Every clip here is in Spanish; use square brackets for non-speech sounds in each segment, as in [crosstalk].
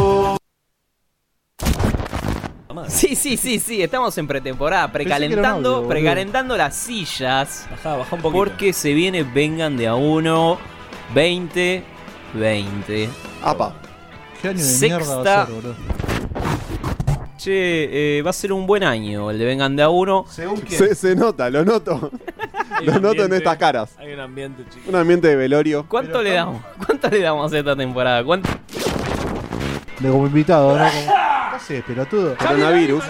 [laughs] Sí, sí, sí, sí, estamos en pretemporada, precalentando, precalentando las sillas. Bajá, bajá un poquito. Porque se viene Vengan de a uno 20 20. Apa. ¿Qué año de Sexta- mierda va a ser, boludo? Che, eh, va a ser un buen año el de Vengan de a uno. Según quién. Se, se nota, lo noto. Hay lo un noto en ambiente- estas caras. Hay un ambiente, chicos. Un ambiente de velorio. ¿Cuánto le damos? [laughs] ¿Cuánto le damos a esta temporada? ¿Cuánto? De como invitado, ¿no? Como... ¿Qué haces, pelotudo? Coronavirus.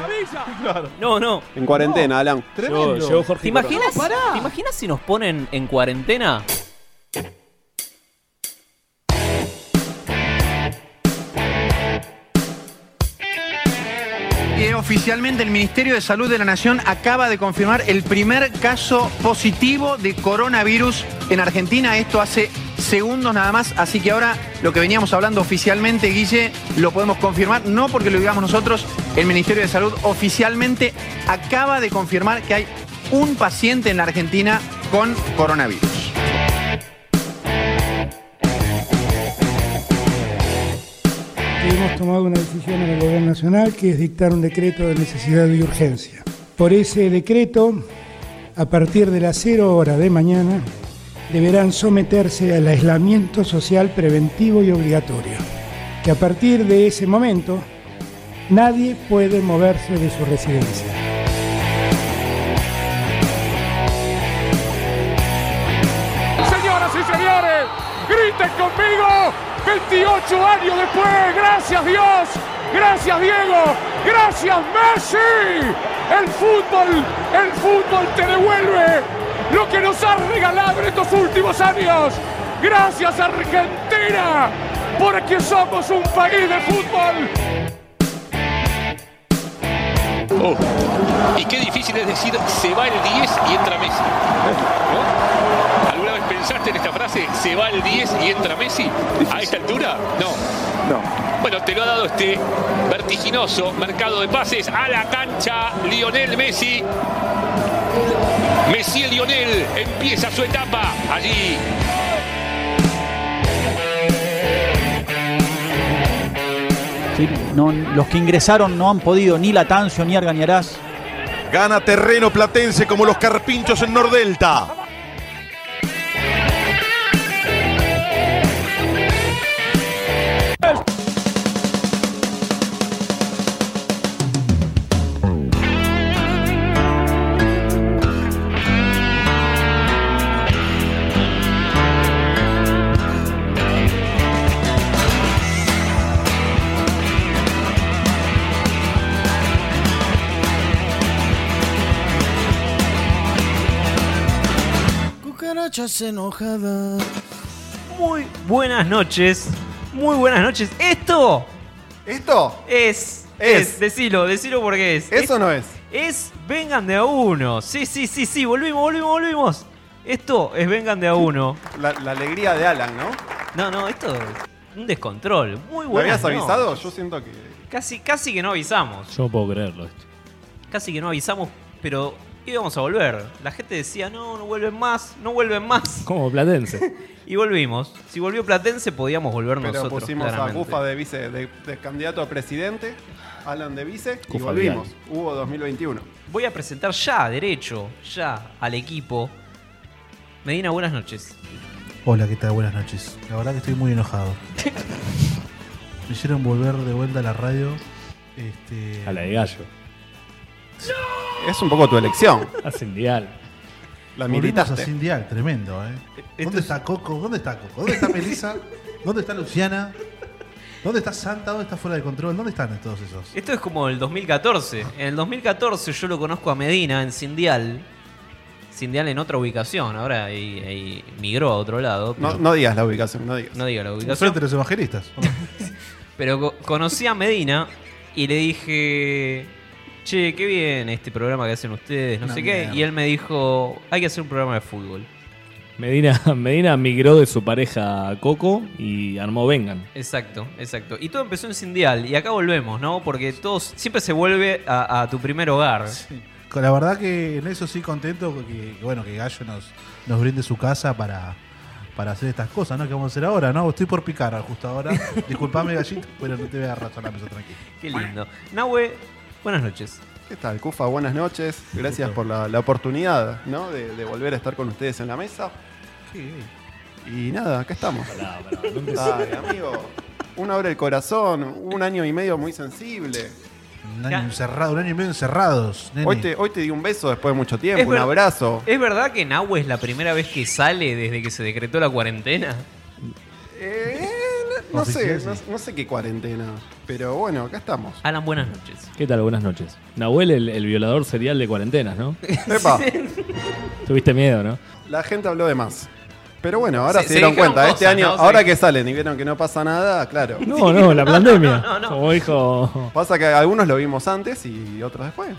No, no. En cuarentena, Alan. Llegó, Tremendo. llegó Jorge. ¿Te imaginas, Corona. ¿Te imaginas si nos ponen en cuarentena? Eh, Oficialmente el Ministerio de Salud de la Nación acaba de confirmar el primer caso positivo de coronavirus en Argentina. Esto hace segundos nada más, así que ahora lo que veníamos hablando oficialmente, Guille, lo podemos confirmar, no porque lo digamos nosotros, el Ministerio de Salud oficialmente acaba de confirmar que hay un paciente en la Argentina con coronavirus. Hemos tomado una decisión en el Gobierno Nacional que es dictar un decreto de necesidad y urgencia. Por ese decreto, a partir de las 0 horas de mañana, deberán someterse al aislamiento social preventivo y obligatorio. Que a partir de ese momento, nadie puede moverse de su residencia. Señoras y señores, griten conmigo. 28 años después, gracias Dios, gracias Diego, gracias Messi. El fútbol, el fútbol te devuelve lo que nos ha regalado en estos últimos años. Gracias Argentina, porque somos un país de fútbol. Y qué difícil es decir, se va el 10 y entra Messi. ¿No? ¿Alguna vez pensaste en esta frase, se va el 10 y entra Messi? ¿A esta altura? No. No. Bueno, te lo ha dado este vertiginoso mercado de pases a la cancha Lionel Messi. Messi Lionel empieza su etapa allí. Sí, no- los que ingresaron no han podido ni Latancio ni Argañarás. Gana terreno platense como los carpinchos en Nordelta. Muy buenas noches. Muy buenas noches. Esto ¿Esto? es. Es. Es. Decilo, decilo porque es. ¿Eso no es? Es Vengan de a uno. Sí, sí, sí, sí. Volvimos, volvimos, volvimos. Esto es Vengan de a uno. La, la alegría de Alan, ¿no? No, no, esto es un descontrol. Muy ¿Lo bueno. habías avisado? Yo siento que. Casi, casi que no avisamos. Yo no puedo creerlo esto. Casi que no avisamos, pero íbamos a volver. La gente decía, no, no vuelven más, no vuelven más. [laughs] Como Platense. Y volvimos. Si volvió Platense, podíamos volver Pero nosotros. pusimos claramente. a Bufa de vice, de, de candidato a presidente, Alan de vice, y Kufa volvimos. Hubo 2021. Voy a presentar ya, derecho, ya, al equipo. Medina, buenas noches. Hola, ¿qué tal? Buenas noches. La verdad que estoy muy enojado. [laughs] Me hicieron volver de vuelta a la radio. Este, A la E. de Gallo. Es un poco tu elección. Ascendial. La Volvimos a militaste. Sindial, tremendo, ¿eh? E, ¿Dónde está Coco? ¿Dónde está Coco? ¿Dónde está [laughs] Melissa? ¿Dónde está Luciana? ¿Dónde está Santa? ¿Dónde está fuera de control? ¿Dónde están todos esos? Esto es como el 2014. En el 2014 yo lo conozco a Medina en Sindial. Sindial en otra ubicación. Ahora ahí- ahí migró a otro lado. pero No, no digas la ubicación, no digas. no diga la ubicación. Frente a [laughs] los evangelistas. Pero co- conocí a Medina y le dije, che, qué bien este programa que hacen ustedes, no Una sé qué. mierda. Y él me dijo, hay que hacer un programa de fútbol. Medina, [laughs] Medina migró de su pareja a Coco y armó Vengan. Exacto, exacto. Y todo empezó en Sindial y acá volvemos, ¿no? Porque todos siempre se vuelve a, a tu primer hogar. Con La verdad que en eso sí contento que, que bueno que Gallo nos, nos brinde su casa para, para hacer estas cosas, ¿no? Que vamos a hacer ahora, ¿no? Estoy por picar [laughs] justo ahora. Disculpame, Gallito, pero no te voy a razonar, eso tranquilo. Qué lindo. Nahue, buenas noches. ¿Qué tal, Cufa? Buenas noches. Gracias por la, la oportunidad ¿no? de, de volver a estar con ustedes en la mesa. Y nada, acá estamos. Dale, amigo. Una hora el corazón, un año y medio muy sensible. Un año encerrado, un año y medio encerrados, nene. Hoy te, hoy te di un beso después de mucho tiempo, Es un ver- abrazo. ¿Es verdad que Nahue es la primera vez que sale desde que se decretó la cuarentena? Eh, no, no sé, Oficial, no, no sé qué cuarentena. Pero bueno, acá estamos. Alan, buenas noches. [laughs] ¿Qué tal? Buenas noches. Nahuel, el, el violador serial de cuarentenas, [laughs] ¿no? Epa, Tuviste miedo, ¿no? la gente habló de más. Pero bueno, ahora Se- se, se dieron dijeron cuenta. este cosas, año, ¿no? Se ahora dijeron- que salen y vieron que no pasa nada, claro. No, [laughs] no, la pandemia. Como dijo. Pasa que algunos lo vimos antes y otros después.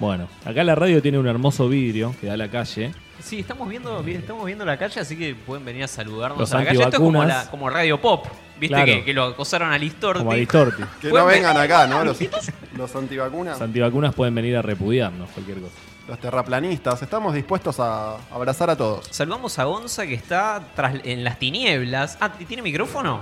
Bueno, acá la radio tiene un hermoso vidrio que da a la calle. [laughs] Sí, estamos viendo, vi- estamos viendo la calle, así que pueden venir a saludarnos Los a la calle. Esto es como, antivacunas. la- como Radio Pop, ¿viste? Claro. Que, que lo acosaron a Listorti. Como a Listorti. Que Pueden no ven- vengan acá, ¿no? Los, los antivacunas, Los antivacunas pueden venir a repudiarnos, cualquier cosa. los terraplanistas. Estamos dispuestos a abrazar a todos. Saludamos a Gonza que está tras- en las tinieblas. Ah, ¿y ¿tiene micrófono?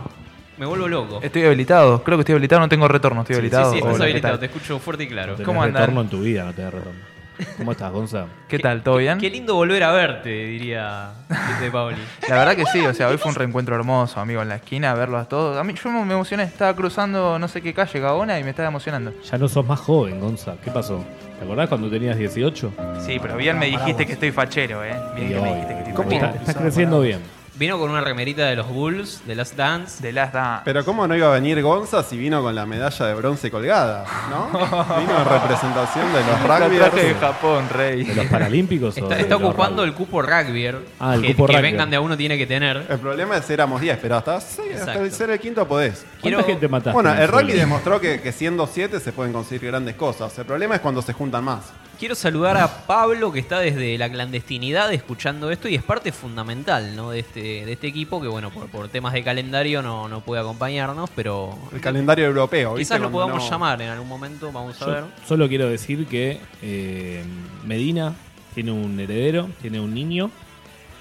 Me vuelvo loco. Estoy habilitado, creo que estoy habilitado, no tengo retorno, estoy habilitado. Sí, sí, estás Hola, ¿qué habilitado, tal? te escucho fuerte y claro. No tenés ¿Cómo andan? retorno en tu vida, no tenés retorno. ¿Cómo estás, Gonza? ¿Qué tal? ¿Todo bien? Qué lindo volver a verte, diría de Pauli. La verdad que sí, o sea, hoy fue un reencuentro hermoso, amigo, en la esquina, verlos a todos. A mí yo me emocioné, estaba cruzando no sé qué calle, Gabona, y me estaba emocionando. Ya no sos más joven, Gonza. ¿Qué pasó? ¿Te acordás cuando tenías 18? Sí, pero bien me dijiste que estoy fachero, ¿eh? Bien que Y me obvio, dijiste que estoy ¿cómo? fachero. Está- está creciendo bien. Vino con una remerita de los Bulls, de Last Dance. De Last Dance. Pero ¿cómo no iba a venir Gonza si vino con la medalla de bronce colgada? [laughs] ¿No? Vino en representación de los La rugbyers. traje de Japón, rey. ¿De los Paralímpicos? o Está, de está los ocupando el cupo rugby. er, Ah, el que, cupo que rugby. Eh. vengan de a uno tiene que tener. El problema es éramos 10, pero hasta, seis- hasta Exacto. el ser el quinto podés. ¿Cuánta gente mataste? Bueno, en el rugby Australia? demostró que, que siendo 7 se pueden conseguir grandes cosas. El problema es cuando se juntan más. Quiero saludar a Pablo que está desde la clandestinidad escuchando esto y es parte fundamental ¿no? de, este, de este equipo que bueno por, por temas de calendario no, no puede acompañarnos pero El calendario europeo. ¿viste? quizás lo Cuando podamos no- llamar en algún momento vamos a Yo ver. solo quiero decir que eh, Medina tiene un heredero, tiene un niño.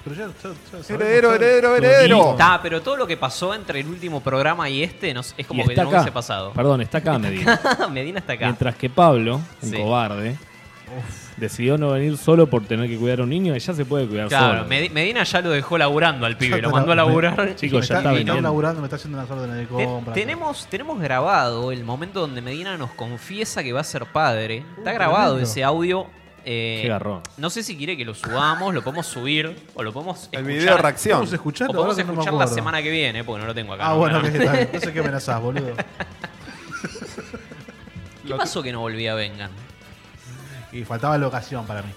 Pero ya, ya- ya sabemos Heredero, todo. heredero, heredero. Está, pero todo lo que pasó entre el último programa y este nos- es como y que está no acá. hubiese pasado. Perdón, [laughs] está acá Medina. Medina está acá. Mientras que Pablo, un Sí. cobarde, decidió no venir solo por tener que cuidar a un niño. Ella se puede cuidar Claro, sola. Medi- Medina ya lo dejó laburando al pibe, Ya lo está mandó a lab- laburar. Chicos, ya Me está, está me está vendiendo. laburando, me está haciendo unas órdenes de Te- compra. tenemos, tenemos grabado el momento donde Medina nos confiesa que va a ser padre. Está grabado tremendo. ese audio. eh, Qué garrón. No sé si quiere que lo subamos, lo podemos subir o lo podemos escuchar. video de reacción. ¿Podemos escucharlo? O podemos Ahora que no me escuchar la acuerdo. semana que viene, porque no lo tengo acá. Ah, ¿no? bueno, que Claramente. está bien. No sé qué amenazás, boludo. ¿Qué pasó que no volvía Vengan? Y faltaba la ocasión para mí.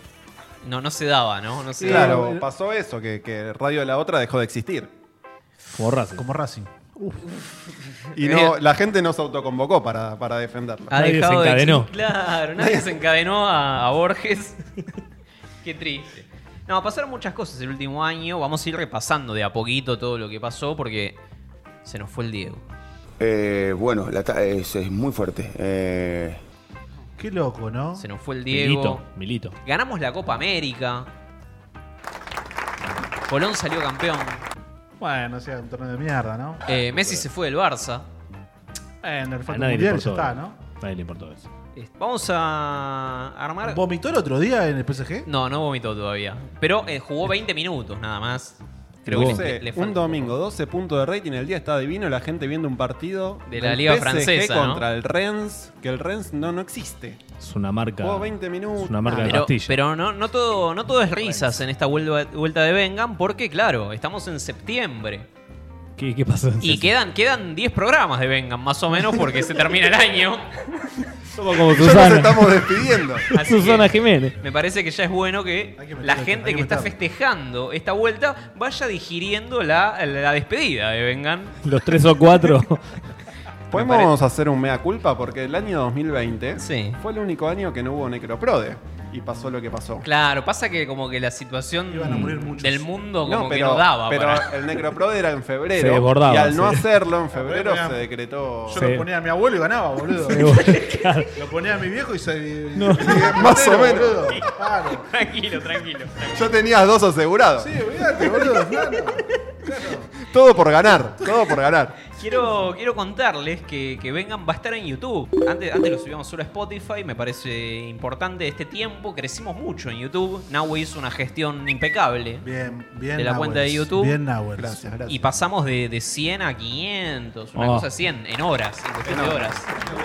No, no se daba, ¿no? No se daba. Claro, pasó eso, que, que Radio de la Otra dejó de existir. Como Racing. Como Racing. Y no, la gente no se autoconvocó para, para defenderla. Ha dejado de existir. Claro, nadie se encadenó a, a Borges. [laughs] Qué triste. No, pasaron muchas cosas el último año. Vamos a ir repasando de a poquito todo lo que pasó porque se nos fue el Diego. Eh, bueno, la ta- es, es muy fuerte. Eh, Qué loco, ¿no? Se nos fue el Diego. Milito. Ganamos la Copa América. Colón salió campeón. Bueno, o sea, un torneo de mierda, ¿no? Eh, Messi se fue del Barça. En el A fútbol nadie le mundial ya importó. está, ¿no? A nadie le importó eso. Vamos a armar. ¿Vomitó el otro día en el PSG? No, no vomitó todavía. Pero eh, jugó 20 minutos nada más. Creo Creo que le- le, le un falta. domingo, 12 puntos de rating, el día está divino, la gente viendo un partido De la del Liga PSG Francesa, ¿no? contra el Rennes, que el Rennes no, no existe. Es una marca. Jugó 20 minutos. Es una marca de Pero, pastillas. pero no, no, todo, no todo es risas en esta vuelva- vuelta de Vengan, porque claro, estamos en septiembre. ¿Qué, qué pasó? Y quedan, quedan 10 programas de Vengan, más o menos, porque se termina el [laughs] año. Somos como Susana. [laughs] Así que Susana Jiménez. Me parece que ya es bueno que la gente que, hay que está meterle. festejando esta vuelta vaya digiriendo la, la despedida de Vengan. Los tres [laughs] o cuatro. Pues Podemos hacer un mea culpa porque el año 2020 fue el único año que no hubo Necroprode. y pasó lo que pasó. Claro, pasa que como que la situación del mundo como No, que no daba. pero para- [laughs] el Necroprod era en febrero. Se desbordaba, y al no sí. hacerlo, en febrero Pero, se decretó. Yo lo ponía a mi abuelo y ganaba, boludo. lo ponía a mi viejo y se. Más o menos. Claro. Tranquilo, tranquilo. Yo tenías dos asegurados. Sí, olvídate, boludo. claro. Todo por ganar. Todo por [laughs] ganar. Quiero, quiero contarles que, que Vengan va a estar en YouTube. Antes, antes lo subíamos solo a Spotify, me parece importante. Este tiempo crecimos mucho en YouTube. Nahue hizo una gestión impecable Bien, bien. de la Nahuels, cuenta de YouTube. Bien, Nahuels. Y pasamos de, de 100 a 500, una Oh. cosa así en, en horas, en cuestión En de horas.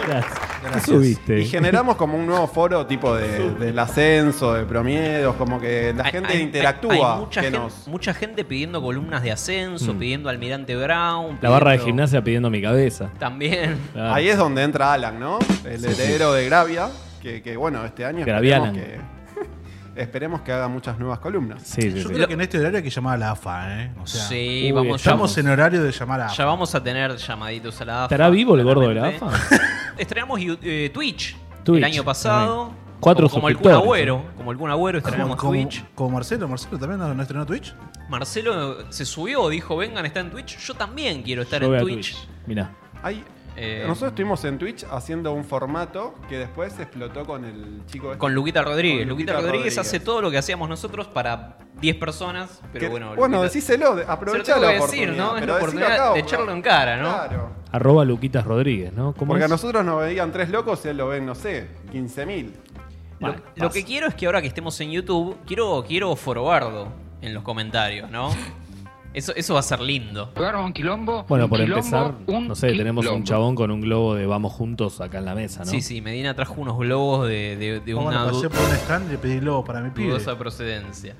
horas. Gracias. subiste? Y generamos como un nuevo foro tipo de, del ascenso, de promiedos, como que la Hay- gente hay- interactúa. hay- hay mucha, que gente, nos- mucha gente pidiendo columnas de ascenso, Mm. pidiendo Almirante Brown. La barra de pidiendo- gimnasia pidiendo mi cabeza. También. Claro. Ahí es donde entra Alan, ¿no? El Sí, sí. heredero de Gravia, que, que, bueno, este año esperemos Gravialan. que, esperemos que haga muchas nuevas columnas. Yo creo que en este horario hay que llamar a la AFA, ¿eh? O sea, Sí, vamos, Estamos vamos. en horario de llamar a la AFA. Ya vamos a tener llamaditos a la AFA. Ah, ¿Estará vivo el gordo de la claramente. AFA? [laughs] Estrenamos Yu- eh, Twitch, Twitch, el año pasado. también. Cuatro como, como el Kun suscriptores. Agüero. Como el Kun Agüero estrenamos como, Twitch. como Marcelo, Marcelo también no, no estrenó Twitch. Marcelo se subió, dijo, vengan, está en Twitch. Yo también quiero estar Yo voy en a Twitch. Mirá. Hay- Eh, Nosotros estuvimos en Twitch haciendo un formato que después explotó con el chico. este. Con Luquita Rodríguez. Con Luquita, Rodríguez, hace todo lo que hacíamos nosotros para 10 personas, pero Que- bueno. bueno, Luquita- decíselo, de- Se aprovechá lo la tengo que oportunidad. decir, ¿no? Es la pero decilo oportunidad acá, de Oscar. echarlo en cara, ¿no? Claro. Arroba Luquitas Rodríguez, ¿no? ¿Cómo Porque a es? nosotros nos veían tres locos y él lo ven, no sé, 15.000. Lo, lo que quiero es que ahora que estemos en YouTube, quiero, quiero forwardo en los comentarios, ¿no? Eso, eso va a ser lindo. un quilombo. Bueno, por Quilombo, empezar, un no sé, tenemos un quilombo. chabón con un globo de vamos juntos acá en la mesa, ¿no? Sí, sí, Medina trajo unos globos de, de- de Ah, una bueno, pasé du- por un stand y pedí lobo para mi pibe. dudosa procedencia.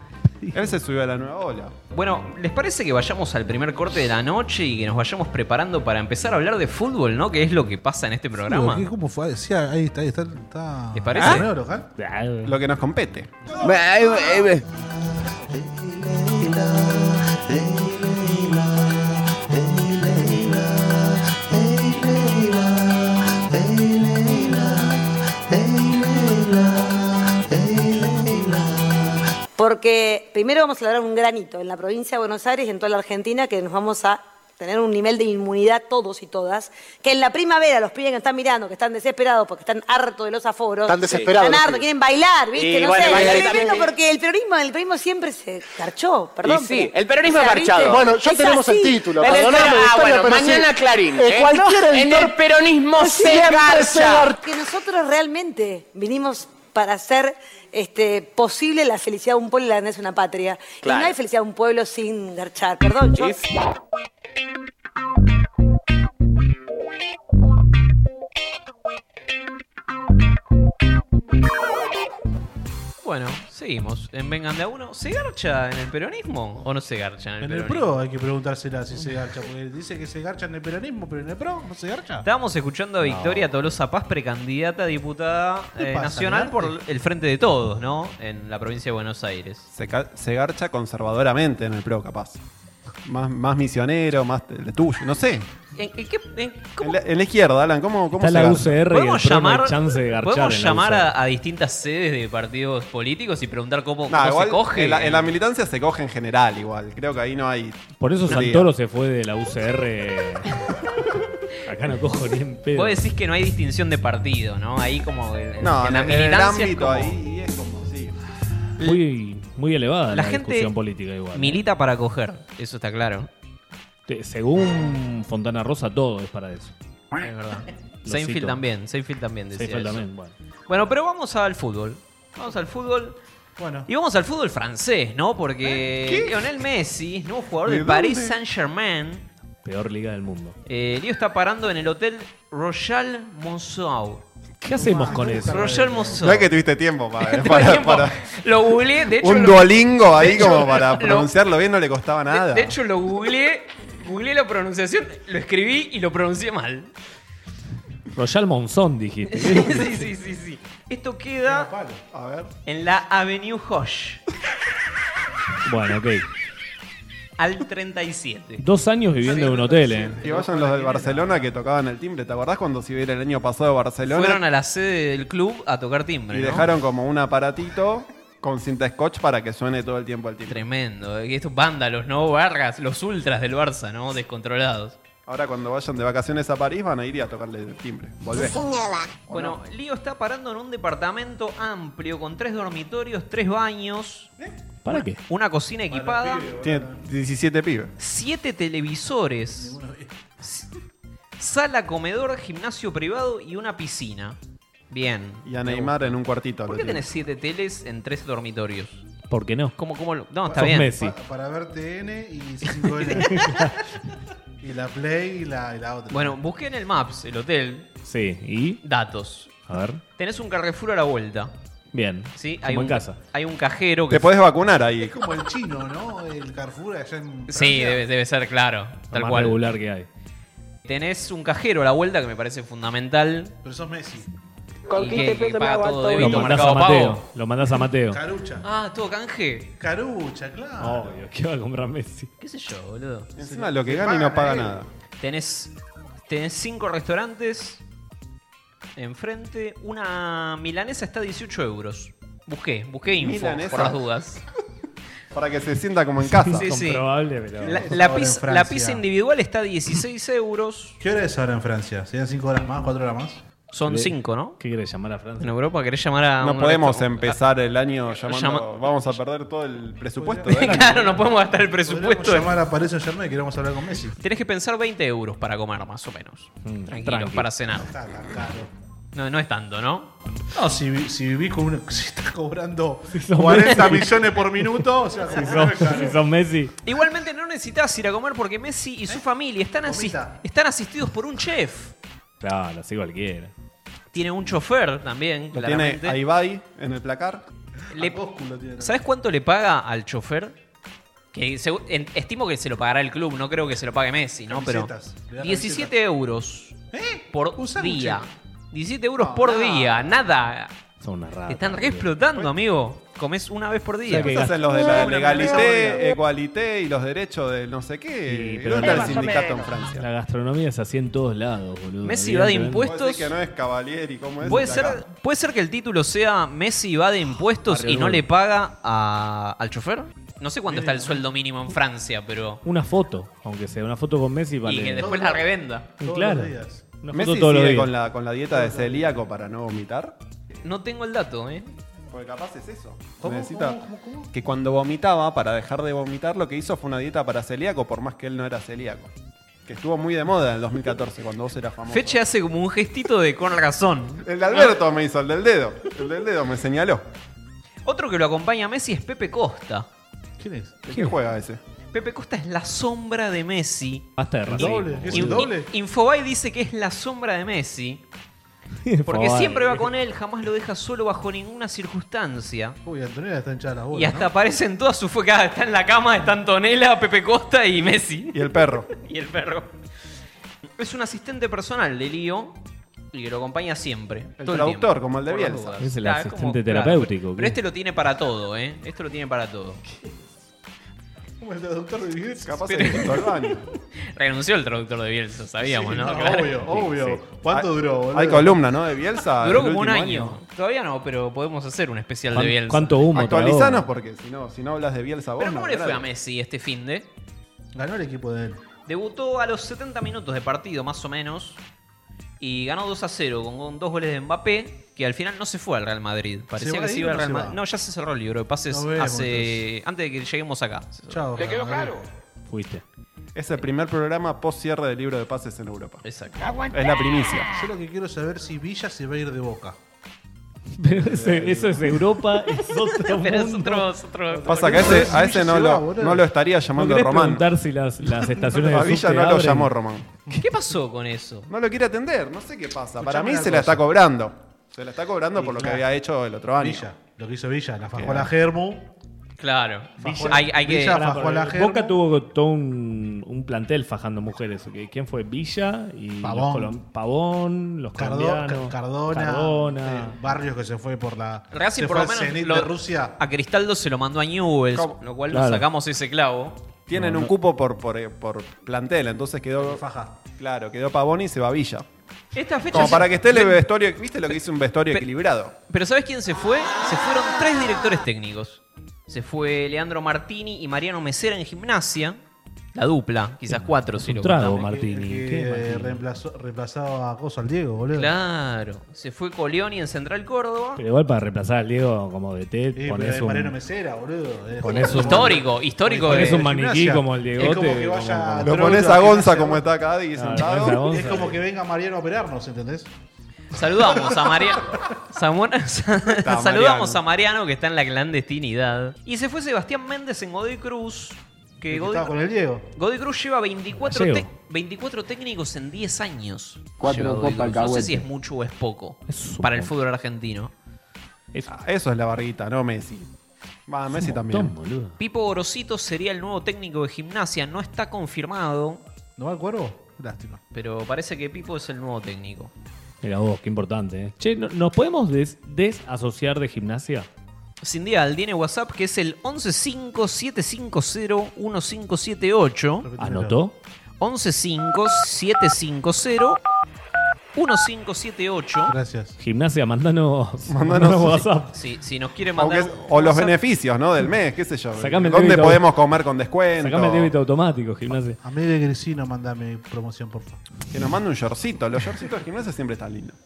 Él se subió a la nueva ola. Bueno, ¿les parece que vayamos al primer corte de la noche y que nos vayamos preparando para empezar a hablar de fútbol, ¿no? Que es lo que pasa en este programa. Digo, ¿qué- ¿Cómo fue? Decía, ahí está, ahí está. está ¿Les parece? ¿Ah? ¿Primero, Luján? Lo que nos compete. Porque primero vamos a lograr un granito en la provincia de Buenos Aires y en toda la Argentina que nos vamos a tener un nivel de inmunidad todos y todas, que en la primavera los pibes que están mirando, que están desesperados porque están hartos de los aforos, Están desesperados están los hartos, pibes. quieren bailar, ¿viste? Y no bueno, sé, bailar es también. tremendo porque el peronismo, el peronismo siempre se carchó, perdón. Y sí, pero- el peronismo es ¿viste? marchado. Bueno, ya es tenemos el así. título, El perdóname, espera- Victoria, ah, bueno, pero sí. mañana Clarín, Eh, ¿eh? cualquier No, editor- en el peronismo se Siempre garcha. se- Que nosotros realmente vinimos para hacer este, posible la felicidad de un pueblo y la grandeza de una patria. Y Claro. no hay felicidad de un pueblo sin garchar. Perdón, yo... Bueno, seguimos. En Vengan de a uno, ¿se garcha en el peronismo o no se garcha en el En el peronismo? PRO hay que preguntársela si se garcha, porque dice que se garcha en el peronismo, pero en el PRO no se garcha. Estábamos escuchando a No. Victoria Tolosa Paz, precandidata a diputada ¿Qué eh, pasa, nacional Marte? por el Frente de Todos, ¿no? En la provincia de Buenos Aires. Se, ca- se garcha conservadoramente en el pro, capaz. Más, más misionero, más el tuyo, no sé. ¿En, en qué- en- En la, en la izquierda, Alan, ¿cómo, cómo Está la E. garcha? UCR y el ¿Podemos PRO no hay llamar, chance de garchar podemos en la llamar UCR. a, a distintas sedes de partidos políticos y preguntar cómo, Nah, cómo igual se coge? En la, en la militancia se coge en general, igual. Creo que ahí no hay. Por eso no hay Santoro se fue de la UCR. acá no cojo ni en pedo. Vos decís que no hay distinción de partido, ¿no? Ahí como en, en- No, en la en el militancia es ámbito como- ahí es como, sí. Muy, muy elevada la, La gente discusión política igual. ¿eh? milita para coger, eso está claro. Te- Según Fontana Rosa, todo es para eso. Es verdad. Lo Seinfeld cito. también, Seinfeld también decía Seinfeld eso. también, bueno. Bueno, pero vamos al fútbol. Vamos al fútbol. Bueno. Y vamos al fútbol francés, ¿no? ¿Eh? Porque Lionel Messi, nuevo jugador ¿De del Paris dónde? Saint-Germain, Peor liga del mundo. eh, Lío está parando en el hotel Royal Monceau. ¿Qué hacemos con eso? Royal Monceau. Ya que tuviste tiempo [laughs] para. Tuve para- tiempo. para- Lo googleé, de hecho. un lo- duolingo ahí de hecho, como para lo- pronunciarlo bien no le costaba nada. De hecho, lo googleé, googleé la pronunciación, lo escribí y lo pronuncié mal. Royal Monzón, [laughs] dijiste. sí, sí, sí, sí. Esto queda en la Avenue Hoche. bueno, ok. al [laughs] 37. Dos años viviendo en un hotel, eh. Que vayan los del Barcelona que tocaban el timbre. ¿Te acordás cuando se hubiera el año pasado Barcelona? Fueron a la sede del club a tocar timbre. Y ¿no? dejaron como un aparatito con cinta scotch para que suene todo el tiempo el timbre. Tremendo. eh, Estos vándalos, ¿no? Vargas, los ultras del Barça, ¿no? Descontrolados. Ahora cuando vayan de vacaciones a París van a ir y a tocarle el timbre. Volvé. Bueno, Lío está parando en un departamento amplio con tres dormitorios, tres baños. ¿Eh? ¿Para qué? Una cocina equipada. Tiene 17 pibes. Siete televisores. s- Sala, comedor, gimnasio privado y una piscina. Bien. Y a Neymar en un cuartito. ¿Por lo qué tiene. tenés siete teles en tres dormitorios? ¿Por qué no? ¿Cómo, cómo lo- No, está Sos bien. Messi. Pa- Para ver TN y [laughs] C5N. y la Play y la, y la otra. Bueno, busqué en el Maps el hotel. Sí, y. Datos. A ver. Tenés un Carrefour a la vuelta. Bien. Sí, Como hay en un, casa. hay un cajero que. Te podés vacunar ahí. Es como el chino, ¿no? El Carrefour allá en. Sí, debe, debe ser claro. Tal más cual. regular que hay. Tenés un cajero a la vuelta que me parece fundamental. Pero sos Messi. Con 15 pesos me hago todo Lo débito mandás a marcado Mateo. pago. Lo mandás a Mateo. Carucha. Ah, todo canje. Carucha, claro. Obvio, ¿qué va a comprar Messi? ¿Qué sé yo, boludo? Encima lo que gana y no paga nada. Tenés, tenés cinco restaurantes enfrente. Una milanesa está a 18 euros. Busqué, busqué info Milanesa. por las dudas. Para que se sienta como en casa. [laughs] Sí, sí. Comprobable, pero- La, Ahora la en pizza- Francia. la pizza individual está a 16 euros. ¿Qué hora es ahora en Francia? ¿Serían 5 horas más, 4 horas más? Son Le- 5, ¿no? ¿Qué querés llamar a En Francia? Europa querés llamar a. No un podemos restaurante? empezar el año llamando. Llama- Vamos a perder todo el presupuesto. ¿eh? [laughs] Claro, no podemos gastar el Podríamos presupuesto. en- llamar a Paris Saint Germain y queremos hablar con Messi. Tenés que pensar 20 euros para comer, más o menos. Mm, Tranquilos, tranqui. para cenar. Está tan caro. No, no es tanto, ¿no? No, si, si vivís con uno. [laughs] Si estás cobrando sos 40 Messi. millones por minuto, o sea, Si como sos, que no es si caro. sos Messi. Igualmente no necesitas ir a comer porque Messi y su familia están, asi- ¿Eh? Comita. están asistidos por un chef. Claro, así cualquiera. Tiene un chofer también, Lo tiene claramente. a Ibai en el placar. Le- Ósculo tiene. ¿Sabes cuánto le paga al chofer? Que segu- en- estimo que se lo pagará el club, no creo que se lo pague Messi, ¿no? Pero Camisetas, le da 17 euros ¿Eh? por Un sándwich. día. 17 euros por día, nada. Son una rata. Te están re boludo. explotando, amigo. Comes una vez por día. O sea que- Esos son los de la Una legalité, memoria. equalité y los derechos de no sé qué. Sí, pero ¿Dónde está más el o sindicato en Francia? La gastronomía es así en todos lados, boludo. Messi va de Evidentemente. impuesto. Puedo decir que no es Cavalieri, ¿cómo es? Puede De ser, acá. puede ser que el título sea Messi va de impuestos Barrio y no Nuevo. le paga a- al chofer. No sé cuánto está el sueldo mínimo en Francia, pero. Una foto, aunque sea una foto con Messi, vale. Y que después la revenda. Y Todos claro. los días. Una foto Messi todos los sigue días. con la, con la dieta de celíaco para no vomitar. No tengo el dato, ¿eh? Porque capaz es eso. Necesita que cuando vomitaba, para dejar de vomitar, lo que hizo fue una dieta para celíaco, por más que él no era celíaco. Que estuvo muy de moda en el 2014, cuando vos eras famoso. Feche hace como un gestito de con razón. El de Alberto me hizo, el del dedo. El del dedo me señaló. Otro que lo acompaña a Messi es Pepe Costa. ¿Quién es? ¿De qué juega ese? Pepe Costa es la sombra de Messi. Basta de racismo. doble, ¿qué ¿Es el In- boludo. doble? In- Infobay dice que es la sombra de [laughs] Messi. Porque Favor. siempre va con él, jamás lo deja solo bajo ninguna circunstancia. Uy, Antonella está hinchada la bola. Y hasta aparecen todas sus focas. Está en la cama, están Tonela, Pepe Costa y Messi. Y el perro. Y el perro. Es un asistente personal de Lío y que lo acompaña siempre. El todo traductor, tiempo, como el de por las Bielsa. dudas. Es el Claro, asistente como- claro, terapéutico, pero- ¿qué? pero este lo tiene para todo, ¿eh? Esto lo tiene para [laughs] todo. Como el traductor de Bielsa. Capaz se pintó el baño. Renunció el traductor de Bielsa, sabíamos, Sí, ¿no? no, Claro. Obvio, obvio. ¿Cuánto Hay- duró, boludo? Hay columna, ¿no? De Bielsa. Duró el como un Ah, último año. Todavía no, pero podemos hacer un especial de ¿Cuán- Bielsa. ¿Cuánto humo? Actualizanos tragó? porque si no, si no hablas de Bielsa vos. ¿Pero no cómo le fue hablas. a Messi este fin de? Ganó el equipo de él. Debutó a los 70 minutos de partido, más o menos. Y ganó 2 a 0 con, con dos goles de Mbappé, que al final no se fue al Real Madrid. Parecía va que de se ahí iba o al no Real se Madrid. va? No, ya se cerró el libro de pases Nos vemos, hace... antes de que lleguemos acá. Chao. ¿Te quedó Real Madrid. claro? Fuiste. [laughs] Es el primer programa post cierre del libro de pases en Europa. Exacto. Es la primicia. Yo lo que quiero saber si Villa se va a ir de boca. Pero ese- eso es Europa, [laughs] es otro Pero es mundo. otro, es otro- Pasa que a ese, a ese no, lo, no lo estaría ¿No llamando querés Román. preguntar si las, [laughs] las estaciones A de Villa subte no lo abren? llamó Román. ¿Qué pasó con eso? No lo quiere atender, no sé qué pasa. Para Escuchame mí una se la cosa. está cobrando. Se la está cobrando Sí, por lo que claro. había hecho el otro año. Villa. Lo que hizo Villa, la fajó a la Germu. Claro. hay, hay que... Villa- Pará, Fajó a la pará. Germo. Boca tuvo todo un, un plantel fajando mujeres. ¿ok? ¿Quién fue? Villa y Pavón. los colom- Pavón, los Cardo- colombianos, Cardona, Cardona. eh, Barrios que se fue por la. Racing se por fue lo al menos Zenit lo- de Rusia. a Cristaldo se lo mandó a Newell's, ¿Cómo? lo cual Claro. nos sacamos ese clavo. Tienen No, un no. cupo por, por, por plantel, entonces quedó. Faja. Claro, quedó Pavoni y se va Villa. Esta fecha Como se- para que esté el se- vestuario. ¿Viste lo que hizo un vestuario Pe- equilibrado? Pero ¿sabes quién se fue? Se fueron tres directores técnicos. Se fue Leandro Martini y Mariano Mesera en gimnasia. La dupla, quizás cuatro si lo trago, contamos. Martini. Que eh, reemplazó, reemplazaba a Cosa al Diego, boludo. Claro. Se fue Coleoni en Central Córdoba. Pero igual para reemplazar al Diego como DT, Eh, pero pones es un... Mariano Mesera, boludo. Es- Ponés un- Histórico, histórico Ponés de- un maniquí Gimnasia. como el Diegote. Es como que vaya como- Lo pones a Gonza como está acá, y Claro, sentado. pones a Gonza. Es como que venga Mariano a operarnos, ¿entendés? Saludamos a [laughs] Mariano. [laughs] Saludamos Mariano. a Mariano que está en la clandestinidad. Y se fue Sebastián Méndez en Godoy Cruz. Que El que Godoy, estaba con el Diego. Godoy Cruz lleva 24, Gallego. tec- 24 técnicos en 10 años. Cuatro Lleva Godoy Cruz. No Copa sé Alcahuete. si es mucho o es poco para el fútbol argentino. Ah, Eso es la barrita, no Messi. Va, Messi también. Pipo Gorosito sería el nuevo técnico de gimnasia. No está confirmado, ¿No va al cuervo? Lástima. pero parece que Pipo es el nuevo técnico. Mira vos, qué importante. ¿eh? Che, ¿no- ¿nos podemos des- desasociar de gimnasia? Sindial tiene WhatsApp que es el 115-750-1578. ¿Anotó? 115-750-1578. Gracias. Gimnasia, mandanos, Mandanos- [laughs] mandanos WhatsApp. Sí, si nos quiere mandar. Aunque es- o los beneficios, ¿no? Del mes, qué sé yo. Sacame el ¿Dónde débito. podemos comer con descuento? Sacame el débito automático, gimnasia. A mí de Grisino mandame promoción, por favor. Que nos mande un shortcito. Los shortcitos de gimnasia siempre están lindos.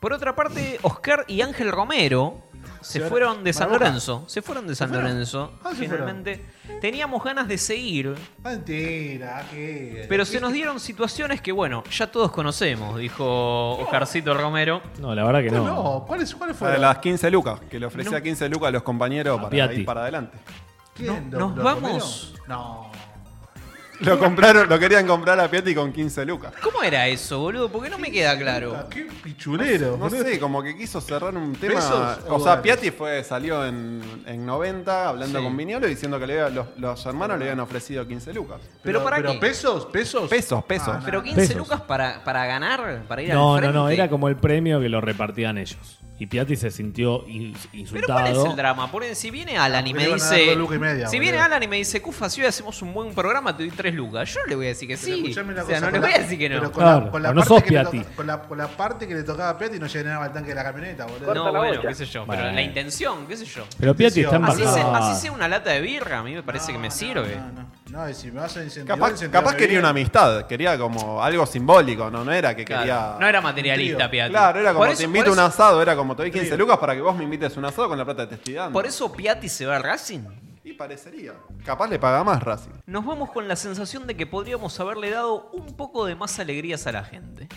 Por otra parte, Oscar y Ángel Romero se Se- fueron de San Maraboca. Lorenzo. Se fueron de San Lorenzo. Ah, se fueron. Eh, Finalmente, teníamos ganas de seguir, Mentira, Ah, ¿qué? pero se nos dieron situaciones que, bueno, ya todos conocemos, dijo Oscarcito Romero. No, la verdad que No, no. no, ¿cuáles cuáles Para fueron? las 15 lucas, que le ofrecía 15 lucas a los compañeros para Piatti. ir para adelante. ¿Quién? No, ¿Lo- nos lo vamos. comieron? No. Lo compraron, lo querían comprar a Piatti con 15 lucas. ¿Cómo era eso, boludo? Porque no me queda claro. Ah, Qué pichulero. No sé, como que quiso cerrar un tema. ¿Pesos o o sea, dólares? Piatti fue, salió en, en 90 hablando Sí. con Viñolo diciendo que le había- los, los hermanos le habían ofrecido 15 lucas. Pero para qué? Ah, pesos, pesos. Pesos, pesos. Ah, Pero 15 Pesos. lucas para, para ganar, para ir al No, no, frente. no, era como el premio que lo repartían ellos. Y Piatti se sintió in- Pero ¿cuál es insultado. el drama? Por si viene Alan y porque me le van a dar dice. dos lucas y media, si boludo. viene Alan y me dice, Cufa, si hoy hacemos un buen programa, te doy tres lucas. Yo no le voy a decir que sí. escuchame una O sea, cosa, no le con voy la- a decir que no. pero con Claro, la- con la no parte sos que le Piatti. toca- Con la, con la parte que le tocaba a Piatti no llenaba el tanque de la camioneta, boludo. No, bueno, qué sé yo. Pero Bueno. la intención, qué sé yo. Pero Piatti está Así sea, así embarcado. sea una lata de birra, a mí me parece que me sirve. No, no, no, y si me vas a incentivar. Capaz, incentivame capaz quería bien. una amistad, quería como algo simbólico, no, no era que Claro, quería. no era materialista, trío. Piatti. Claro, era como Por eso- te por invito a un eso- asado, era como te doy 15 Trío. lucas para que vos me invites a un asado con la plata que te estoy dando. Por eso Piatti se va a Racing. Y parecería. Capaz le paga más Racing. Nos vamos con la sensación de que podríamos haberle dado un poco de más alegrías a la gente.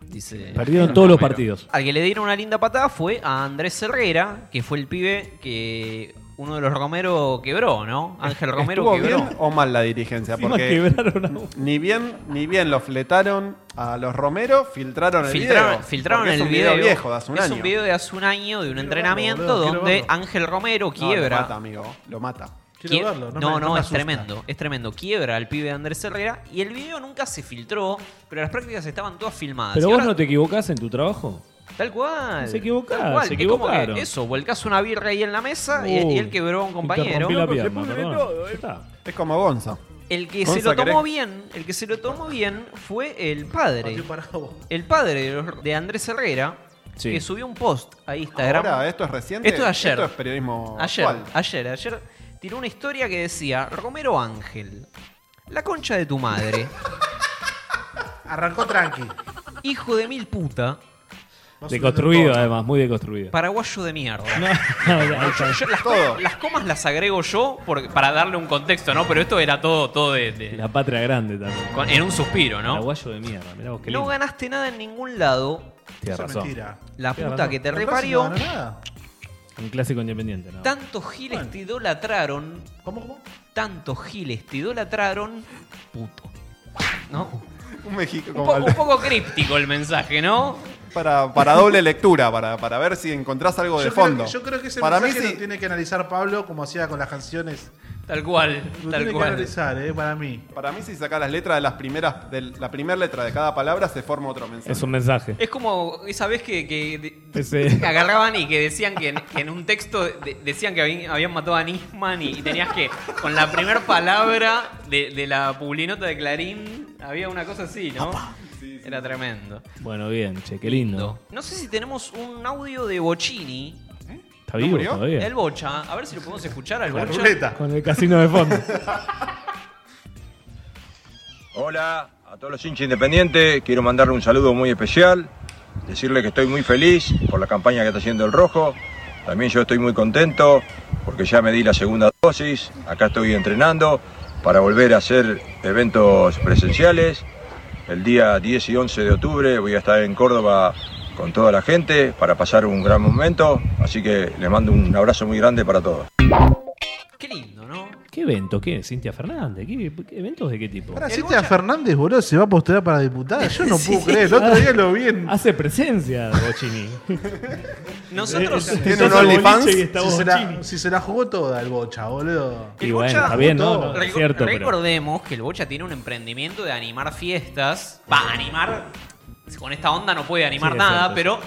Dice Perdieron todos los partidos. Al que le dieron una linda patada fue a Andrés Herrera, que fue el pibe que uno de los Romero quebró, ¿no? Ángel Romero ¿Estuvo quebró. bien o mal la dirigencia? Encima Porque quebraron a uno. ni bien, ni bien lo fletaron a los Romero, filtraron el Filtraron, video. filtraron Porque el es un video. viejo de hace un es año. un video de hace un año de un entrenamiento boludo, quiero donde verlo. Ángel Romero No, quiebra. Lo mata, amigo. Lo mata. Quiero Quie- verlo, no me- no, no me es asusta. tremendo, es tremendo. Quiebra al pibe de Andrés Herrera y el video nunca se filtró, pero las prácticas estaban todas filmadas. Y Pero vos Ah, ahora- no te equivocás en tu trabajo. Tal cual. Se equivocaron, tal cual. se Es como que equivocaron. eso, volcás una birra ahí en la mesa y, Uy, y él quebró a un compañero. Interrumpí la pierna, perdón. Ya está. Es como Gonza. El que se Gonza, lo tomó ¿querés? bien, el que se lo tomó bien fue el padre. Estoy parado, vos. El padre de los- de Andrés Herrera, Sí. que subió un post a Instagram. Ahora, esto es reciente. Esto es ayer. Esto es periodismo Ayer, actual. ayer, ayer tiró una historia que decía Romero Ángel, la concha de tu [laughs] madre, Arrancó tranqui. hijo de mil puta, eh. Deconstruido, eh. además, muy deconstruido. paraguayo de mierda. No, [laughs] no, no, ahí está. Yo las, Todo. las comas las agrego yo porque- para darle un contexto, ¿no? Pero esto era todo, todo de, de- La patria grande también. con- en un suspiro, ¿no? Paraguayo de mierda, mirá vos qué No lindo. ganaste nada en ningún lado. Tienes Eso es razón. mentira. La Tenés puta razón. que te Pero Racing reparió. no ganó nada. Un clásico independiente, ¿no? Tantos giles te idolatraron. ¿Cómo, cómo? Tantos giles te idolatraron. Puto. ¿No? Un México Un, como po- el- un poco críptico el mensaje, ¿no? para, para doble lectura, para, para ver si encontrás algo de creo fondo. que- yo creo que ese para mí mensaje sí. lo tiene que analizar Pablo como hacía con las canciones Tal cual, Lo tal tiene que cual. analizar, eh, para mí. Para mí, si sacas las letras de las primeras, de la primera letra de cada palabra, se forma otro mensaje. Es [laughs] un mensaje. Es como esa vez que, que de- Ese- que agarraban y que decían que en, que en un texto de- decían que habían, habían matado a Nisman y, y tenías que, con la primera palabra de, de la publinota de Clarín, había una cosa así, ¿no? Era tremendo. Bueno, bien, che, qué lindo. No sé si tenemos un audio de Bocini. ¿Está vivo todavía? El Bocha. A ver si lo podemos escuchar al Bocha. Con el casino de fondo. Hola a todos los hinchas independientes, quiero mandarle un saludo muy especial, decirle que estoy muy feliz por la campaña que está haciendo el Rojo, también yo estoy muy contento porque ya me di la segunda dosis, acá estoy entrenando para volver a hacer eventos presenciales, el día 10 y 11 de octubre voy a estar en Córdoba con toda la gente para pasar un gran momento, así que les mando un abrazo muy grande para todos. ¿Qué evento? ¿Qué? ¿Cintia Fernández? ¿Qué, qué eventos de qué tipo? Ahora Cintia Fernández, boludo, se va a postular para diputada. [laughs] Yo no puedo creer. El otro día lo vi en. Hace presencia, Bochini. Nosotros. [laughs] Tiene un Entonces, OnlyFans. boliche y está Si, se Bochini. la- si se la jugó toda el bocha, boludo. Y bueno, está bien, no, no, es Recu- cierto, pero Recordemos que el Bocha tiene un emprendimiento de animar fiestas. Va a animar. Con esta onda no puede animar Sí, es nada, cierto, pero.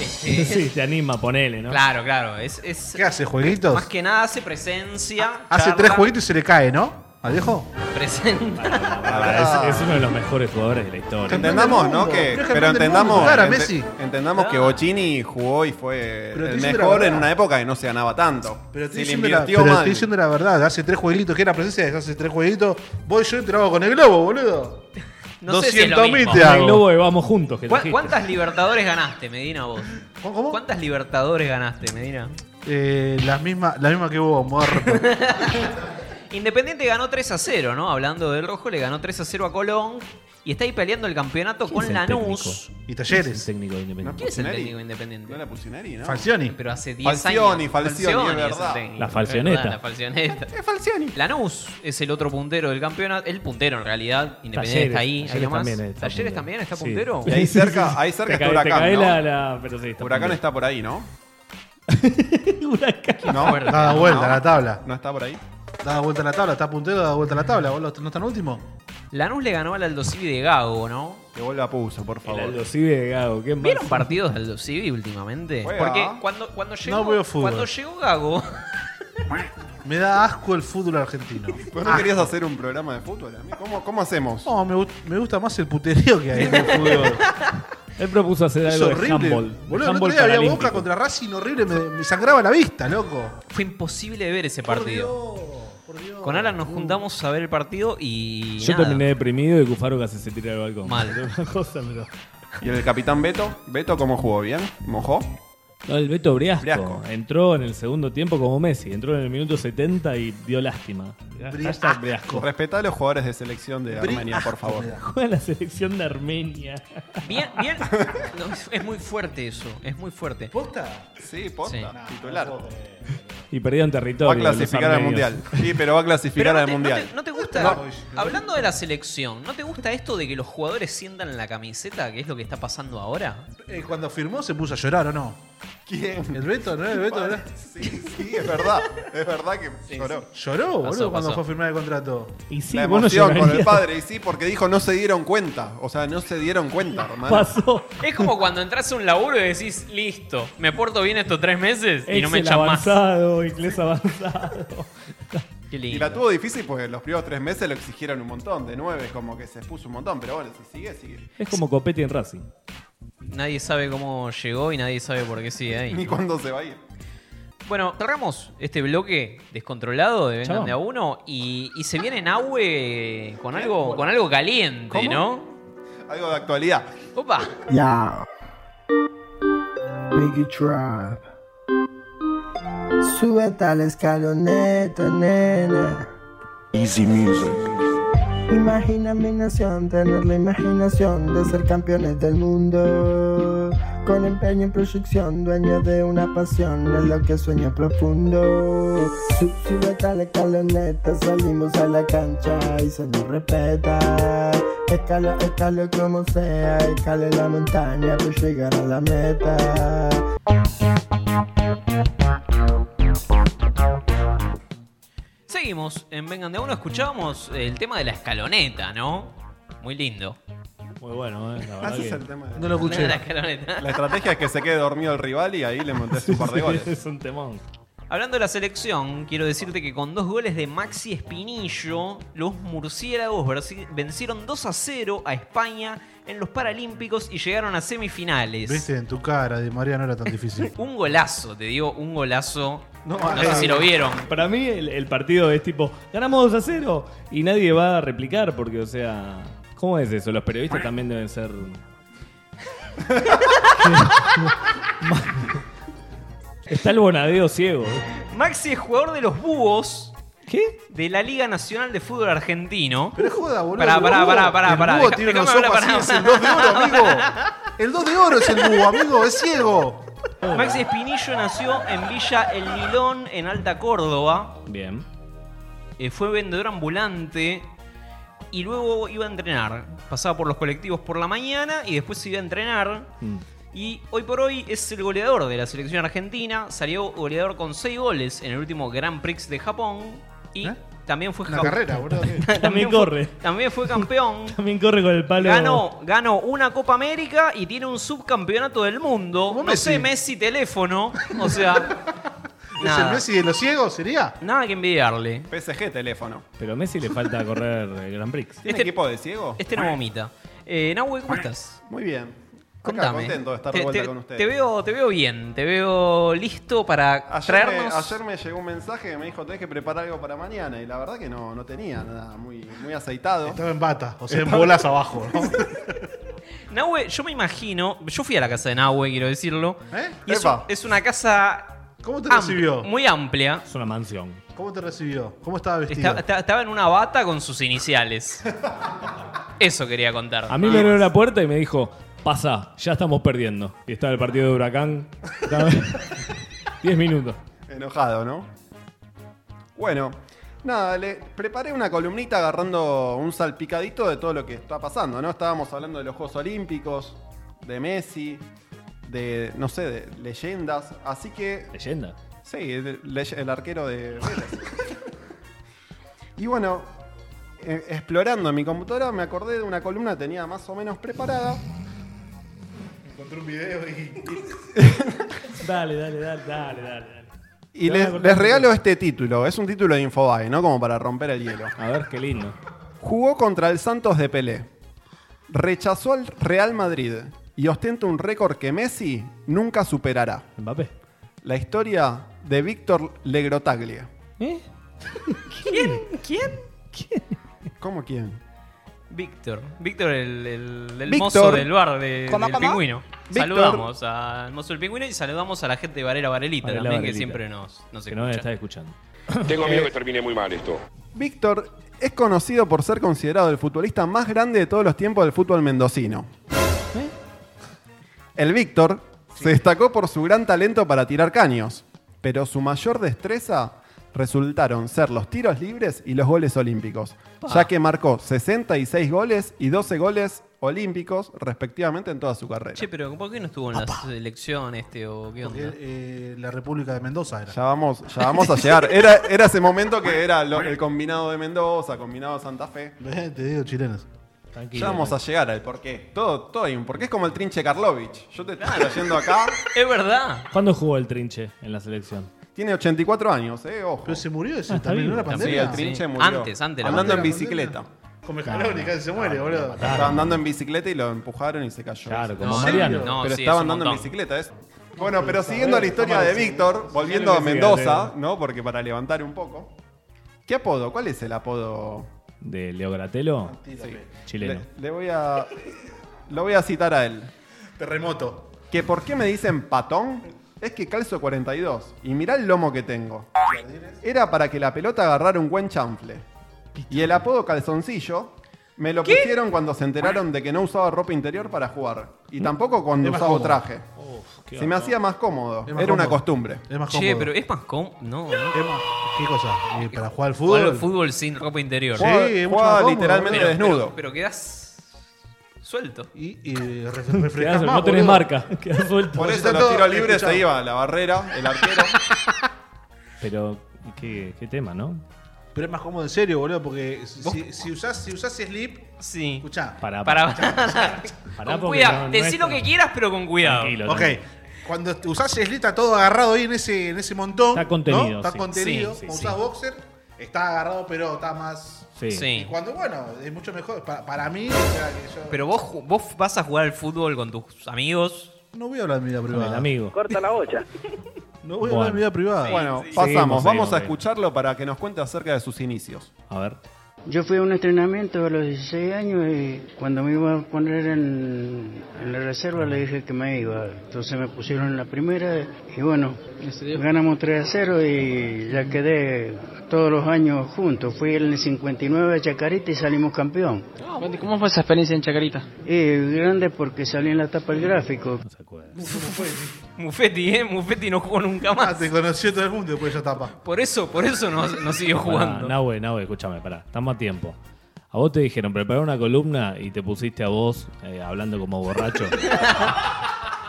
este, sí, te anima, ponele, ¿no? Claro, claro. Es, es- ¿Qué hace, jueguitos? Más que nada hace presencia. Hace charla, tres jueguitos y se le cae, ¿no? ¿Al viejo? Presenta. Ah, Es, es uno de los mejores jugadores de la historia. Entendamos, ¿no? Que, pero entendamos, ente- entendamos que Ah. Bocini jugó y fue Pero te el diciendo la mejor verdad. en una época que no se ganaba tanto. Pero Si le estoy, diciendo la, invirtió pero mal. estoy diciendo la verdad, hace tres jueguitos que era presencia, desde hace tres jueguitos, voy yo y te lo hago con el globo, boludo. No sé si es lo mismo. te El hago. globo de vamos juntos que ¿Cu- trajiste. ¿Cuántas libertadores ganaste, Medina, vos? ¿Cuántas libertadores ganaste, Medina? Eh, las mismas la misma que vos, muerto. Independiente ganó 3 a 0, ¿no? Hablando del rojo, le ganó 3 a 0 a Colón. Y está ahí peleando el campeonato es con el Lanús. Y Talleres. Técnico de Independiente. ¿Quién es el Pucineri? técnico independiente? No era Pucineri, ¿no? Falcioni. Pero hace 10 años. Falcioni, Falcioni, es es el verdad. técnico. La Falcioneta. Es verdad, La falcioneta. Es Falcioni. Lanús es el otro puntero del campeonato. El puntero, en realidad. Independiente está ahí. Talleres ahí nomás. también está ¿Talleres puntero. también está Sí. puntero? Y ahí cerca, ahí cerca está Te cae- te Huracán. cae ¿no? la- la- pero sí, está Huracán bien. está por ahí, ¿no? [laughs] No, fuerte. da vuelta No. la tabla. ¿No está por ahí? Da vuelta la tabla, está puntero, da vuelta la tabla, boludo. ¿No están último? Lanús le ganó al Aldo Civi de Gago, ¿no? Que vuelva a Puso, por El Aldo Civi de Gago, ¿qué más? ¿Vieron partidos de Aldo Civi últimamente? Juega. Porque cuando, cuando llegó, veo fútbol. cuando llegó Gago, [laughs] Me da asco el fútbol argentino. ¿Vos no querías hacer un programa de fútbol? amigo? ¿Cómo, cómo hacemos? No, me, gust- me gusta más el puterío que hay en el fútbol. Él propuso hacer Es algo de horrible. handball. Boludo, el otro handball día había paralímpico. Boca contra Racing horrible, me, me sangraba la vista, loco. fue imposible ver ese partido. Con Alan nos juntamos a ver el partido y. Yo nada. terminé deprimido y Cufaro casi se tira al balcón. Mal. [laughs] Una cosa, pero- ¿Y el capitán Beto? ¿Beto cómo jugó? ¿Bien? ¿Mojó? No, el Beto Briasco, Briasco. entró en el segundo tiempo como Messi. Entró en el minuto 70 y dio lástima. Hashtag Briasco. Respetá a los jugadores de selección de Armenia, por favor. Juega la selección de Armenia. Bien, [laughs] bien. No, es, es muy fuerte eso, es muy fuerte. ¿Posta? Sí, posta. Titular. Va Y perdieron territorio. a clasificar los al armenios. mundial. Sí, pero va a clasificar al ¿No mundial. te, no te gusta? Hablando de la selección, ¿no te gusta esto de que los jugadores sientan la camiseta, que es lo que está pasando ahora? Eh, cuando firmó se puso a llorar, ¿o no? ¿Quién? El Beto, ¿no? El Beto, ¿no? [laughs] Sí, sí, es verdad. Es verdad que lloró. Lloró, boludo, Pasó, cuando pasó. fue a firmar el contrato. Y sí, la emoción con el padre, y sí, porque dijo no se dieron cuenta. O sea, no se dieron cuenta, hermano. Es [laughs] como cuando entras a un laburo y decís, listo, me porto bien estos tres meses y no me Excel echan más. avanzado, inglés avanzado. Y la tuvo difícil porque los primeros tres meses lo exigieron un montón, de nueve, como que se puso un montón, pero bueno, si sigue, sigue. Es como Copetti en Racing. Nadie sabe cómo llegó y nadie sabe por qué sigue ahí. Ni cuándo se va a ir. Bueno, cerramos este bloque descontrolado de Vengan Chabón. de a uno y, y se viene Nahue con algo, con algo caliente, ¿no? Algo de actualidad. Opa. Y'all. Biggie Tribe. Súbete al escaloneta, nena. Easy Music. Imagina mi nación, tener la imaginación de ser campeones del mundo. Con empeño y proyección, dueño de una pasión, es lo que sueño profundo. Sú- Súbete a la escaloneta, salimos a la cancha y se nos respeta. Escalo, escalo como sea, escale la montaña para llegar a la meta. Sí, Seguimos en Vengan de a Uno, escuchábamos el tema de la escaloneta, ¿no? Muy lindo. Muy bueno, ¿eh? La Ah, ese es el tema. No lo escuché. La escaloneta. La estrategia es que se quede dormido el rival y ahí le montes un par [laughs] de goles. es un temón. Hablando de la selección, quiero decirte que con dos goles de Maxi Espinillo, los murciélagos versi- vencieron 2 a 0 a España en los Paralímpicos y llegaron a semifinales. Viste en tu cara, Di María no era tan [laughs] difícil. Un golazo, te digo, un golazo. No, sé si lo vieron. Para mí el, el partido es tipo, ganamos 2 a 0 y nadie va a replicar porque, o sea, ¿cómo es eso? Los periodistas también deben ser... [laughs] Está el bonadeo ciego. Maxi es jugador de los Búhos. ¿Qué? De la Liga Nacional de Fútbol Argentino. Pero joda, boludo. Pará, pará, pará, pará. El pará. búho Deja- tiene dejame unos hablar, ojos pará, así, es el 2 de oro, amigo. [laughs] El 2 de oro es el búho, amigo, es ciego. Maxi Espinillo nació en Villa El Milón, en Alta Córdoba. Bien. Eh, fue vendedor ambulante y luego iba a entrenar. Pasaba por los colectivos por la mañana y después se iba a entrenar. Y hoy por hoy es el goleador de la selección argentina. Salió goleador con 6 goles en el último Grand Prix de Japón. Y también fue Una jam- carrera, boludo. También fue- corre. [laughs] También fue [laughs] campeón. También corre con el palo. Ganó, ganó una Copa América y tiene un subcampeonato del mundo. No sé, Messi teléfono. O [laughs] sea, ¿Es el nada, Messi de los ciegos? ¿Sería? nada que envidiarle. PSG teléfono. Pero a Messi le falta correr el Grand Prix. ¿Tiene equipo de ciego? Este no vomita. Eh, Nahue, ¿cómo estás? Muy bien. Acá, Contame. contento de estar Te- de vuelta te- con ustedes. Te veo, te veo bien, te veo listo para Ayer me, traernos. ayer me llegó un mensaje que me dijo tenés que preparar algo para mañana y la verdad que no, no tenía nada muy, muy aceitado. Estaba en bata, o sea, en Estaba- bolas abajo. ¿no? Nahue, yo me imagino. Yo fui a la casa de Nahue, quiero decirlo. ¿Eh? Y es, Epa. un- es una casa. [laughs] ¿Cómo te ampl- recibió? Ah, Muy amplia. Es una mansión. ¿Cómo te recibió? ¿Cómo estaba vestido? Estaba, esta- estaba en una bata con sus iniciales. Eso quería contar. A mí me abrió la puerta y me dijo, pasa, ya estamos perdiendo. Y estaba el partido de Huracán. [laughs] Estaba- Diez minutos. Enojado, ¿no? Bueno, nada, le preparé una columnita agarrando un salpicadito de todo lo que está pasando, ¿no? Estábamos hablando de los Juegos Olímpicos, de Messi, de, no sé, de leyendas, así que... ¿Leyenda? Sí, el, leye- el arquero de... Vélez. y bueno, eh, explorando en mi computadora me acordé de una columna que tenía más o menos preparada. Encontré un video y. Dale, dale, dale, dale, dale. Y les, les regalo este título. Es un título de Infobae, ¿no? Como para romper el hielo. A ver, qué lindo. Jugó contra el Santos de Pelé. Rechazó al Real Madrid y ostenta un récord que Messi nunca superará. Mbappé. La historia de Víctor Legrotaglia. ¿Eh? ¿Quién? ¿Quién? ¿Cómo quién? Víctor. Víctor, el, el, el Víctor. mozo del bar de, ¿Cómo, del cómo? pingüino. Víctor. Saludamos al mozo del pingüino y saludamos a la gente de Varela Varelita Varela también, Varelita. que siempre nos, nos Que no escucha. está escuchando. Tengo miedo que termine muy mal esto. Víctor es conocido por ser considerado el futbolista más grande de todos los tiempos del fútbol mendocino. El Víctor se destacó por su gran talento para tirar caños, pero su mayor destreza resultaron ser los tiros libres y los goles olímpicos, ya que marcó 66 goles y 12 goles olímpicos respectivamente en toda su carrera. Che, pero ¿por qué no estuvo en la selección este o qué onda? Eh, la República de Mendoza era. Ya vamos, ya vamos a llegar. Era, era ese momento que era lo- el combinado de Mendoza, combinado Santa Fe. Eh, Te digo chilenos. Ya vamos a llegar al porqué. Todo, todo hay un porqué. Es como el trinche Karlovich. Yo te estoy trayendo acá. Es verdad. ¿Cuándo jugó el trinche en la selección? Tiene 84 años, eh, ojo. Pero se murió ese Ah, está también, vivo. ¿no era pandemia? Sí, el trinche Sí. murió. Antes, antes la Andando en pandemia. bicicleta. Come jalón y casi se muere, boludo. Estaba andando en bicicleta y lo empujaron y se cayó. Claro, como No, Mariano. sí. No, pero sí, estaba es un andando en montón. bicicleta. Es... Bueno, pero siguiendo la historia de Víctor, volviendo a Mendoza, ¿no? Porque para levantar un poco. ¿Qué apodo? ¿Cuál es el apodo? ¿De Leo Gratelo? Chileno. Le, le voy a. Lo voy a citar a él. Terremoto. Que por qué me dicen patón es que calzo 42 y mirá el lomo que tengo. Era para que la pelota agarrara un buen chanfle. Y el apodo calzoncillo me lo pusieron cuando se enteraron de que no usaba ropa interior para jugar. Y tampoco cuando Es más usaba cómodo. traje. qué se me hacía más cómodo. Es Era más una cómodo. costumbre. Es más Che, cómodo. pero es más cómodo. No, no. ¿Qué cosa? Eh, para jugar al Jugar al fútbol. fútbol sin ropa interior. Sí, Juega- es mucho juega más cómodo, literalmente Pero- desnudo. Pero, pero quedás suelto. Y, y Quedás- no tenés marca. [laughs] Quedás suelto. Por eso los tiros libres se iba la barrera, el arquero. Pero qué, qué tema, ¿no? Pero es más cómodo en serio, boludo, porque si, si, si usás, si usás Sleep. Sí. Escuchá. Para, Para, [laughs] Pará, con porque cuidado. no- no Decí es lo que quieras, pero con cuidado. ok. Cuando usás Sleep está todo agarrado ahí en ese, en ese montón. Está ¿no? contenido, Está sí. contenido. Sí, sí, Cuando sí. usás Boxer, está agarrado, pero está más. Sí. Sí. Y cuando, bueno, es mucho mejor. Para, para mí, o sea, que yo. Pero vos, ju- vos vas a jugar al fútbol con tus amigos. No voy a hablar de mi vida privada. amigo. Corta la bocha. No voy a hablar de mi vida privada. Bueno, Sí, pasamos. seguimos, Vamos seguimos, a sí. escucharlo para que nos cuente acerca de sus inicios. A ver. Yo fui a un entrenamiento a los 16 años y cuando me iba a poner en, en la reserva le dije que me iba. Entonces me pusieron en la primera y bueno, ganamos 3 a 0 y ya quedé todos los años juntos. Fui en el 59 a Chacarita y salimos campeón. Ah, ¿Cómo fue esa experiencia en Chacarita? Y grande porque salí en la tapa del gráfico. Mufetti, ¿eh? Mufetti no jugó Ah, nunca más. Ah, te conoció todo el mundo después de esa tapa. Por eso, por eso no, no siguió Pará, jugando. Nahue, Nahue, escúchame, pará, estamos a tiempo. A vos te dijeron preparar una columna y te pusiste a vos eh, hablando como [laughs] borracho.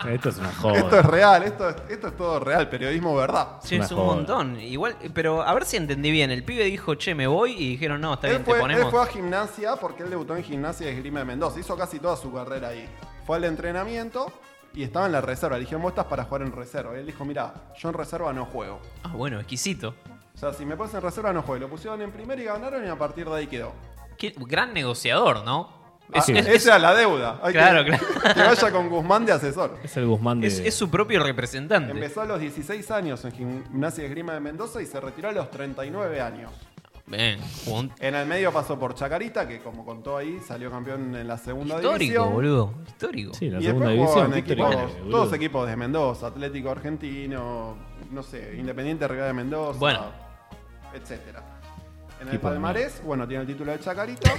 esto es una joda. Esto es real, esto es, esto es todo real, periodismo verdad. Che, es un joda. montón. Igual, pero a ver si entendí bien. El pibe dijo, che, me voy. Y dijeron, no, está Él bien, fue, te él ponemos. fue a gimnasia porque él debutó en gimnasia de Esgrima de Mendoza. Hizo casi toda su carrera ahí. Fue al entrenamiento y estaba en la reserva. Le dijeron, vos estás para jugar en reserva. Y él dijo, mira, yo en reserva no juego. Ah, bueno, exquisito. O sea, si me pones en reserva no juego. Lo pusieron en primera y ganaron y a partir de ahí quedó. Qué gran negociador, ¿no? Ah, esa es la deuda. Hay que- claro, claro. Que vaya con Guzmán de asesor. Es el Guzmán de. Es, es su propio representante. Empezó a los 16 años en Gimnasia de Esgrima de Mendoza y se retiró a los 39 años. Bien, jugó un- En el medio pasó por Chacarita, que como contó ahí, salió campeón en la segunda histórico, división. boludo. Histórico. Sí, la Y segunda después jugó en división. equipos, histórica, boludo. todos equipos de Mendoza, Atlético Argentino, no sé, Independiente Real de Mendoza, Bueno. etcétera. En el Equipo de Palmarés, bueno, tiene el título de [laughs] Chacarita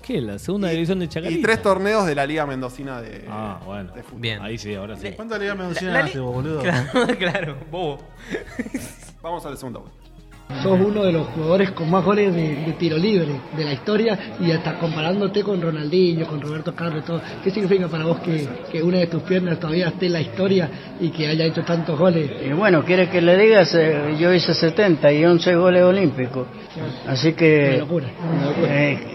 ¿Qué? ¿La segunda división de Chacarita? y tres torneos de la Liga Mendocina de, Ah, bueno. de fútbol. Bien. Ahí sí, ahora sí. ¿Cuántas ligas me mencionaste, mencionaste, este vos, boludo? Claro, [laughs] claro, bobo. Vamos al [laughs] segundo. bloque. Sos uno de los jugadores con más goles de, de tiro libre de la historia y hasta comparándote con Ronaldinho, con Roberto Carlos, todo. ¿Qué significa para vos que, que una de tus piernas todavía esté en la historia y que haya hecho tantos goles? Y Eh, bueno, ¿quieres que le digas? Eh, yo hice 70 y 11 goles olímpicos. Así que... Una locura, una locura. Eh,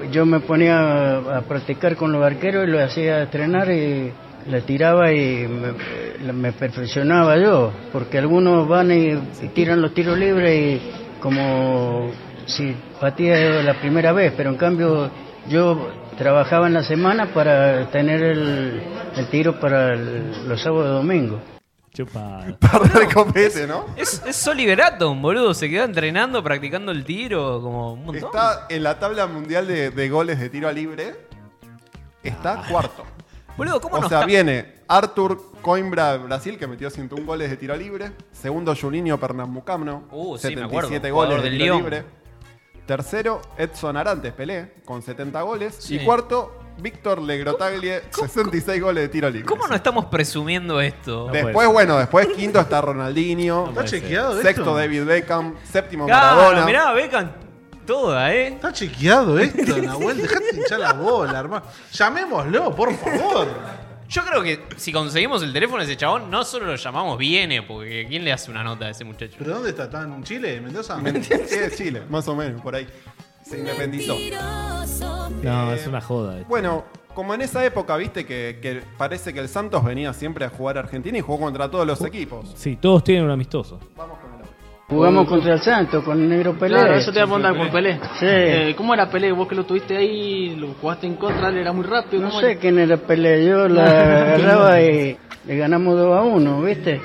sí, yo me ponía a, a practicar con los arqueros y lo hacía entrenar y le tiraba y me, me perfeccionaba yo, porque algunos van y, y tiran los tiros libres y como si batía la primera vez, pero en cambio yo trabajaba en la semana para tener el, el tiro para el- los sábados y domingos. Chupa. Copete, ¿no? Es, es Soli Beratton, boludo. Se quedó entrenando, practicando el tiro, como un montón. Está en la tabla mundial de, de goles de tiro a libre. Está Ah. cuarto. Boludo, ¿cómo o no sea, está- viene Arthur Coimbra, Brasil, que metió 101 goles de tiro libre. Segundo, Juninho Pernambucano. Uh, sí, me acuerdo. 77 Jugador goles de del tiro Lyon. libre. Tercero, Edson Arantes, Pelé, con 70 goles. Sí. Y cuarto, Víctor Legrotaglie, 66 goles de tiro libre. ¿Cómo no estamos presumiendo esto? Después, bueno, después quinto está Ronaldinho. puede ser. chequeado esto? Sexto, David Beckham. Séptimo, Claro, Maradona. mirá, Beckham, toda, ¿eh? Está [laughs] chequeado esto, Nahuel. Dejate de hinchar la bola, hermano. Llamémoslo, por favor. Yo creo que si conseguimos el teléfono de ese chabón, no solo lo llamamos, viene, porque ¿quién le hace una nota a ese muchacho? ¿Pero dónde está? ¿Está en [laughs] Chile? ¿Mendoza? Sí, de Chile, más o menos, por ahí. Se independizó. eh. No, es una joda. esto. Bueno, como en esa época, viste que, que parece que el Santos venía siempre a jugar a Argentina y jugó contra todos los equipos. Sí, todos tienen un amistoso. Jugamos contra el Santos, con el Negro Pelé. Claro, eso te iba a preguntar con Pelé. Sí. Eh, ¿Cómo era Pelé? Vos que lo tuviste ahí, lo jugaste en contra, él era muy rápido. No ¿cómo sé era? quién era Pelé, [laughs] yo la agarraba y le ganamos 2 a 1, ¿viste?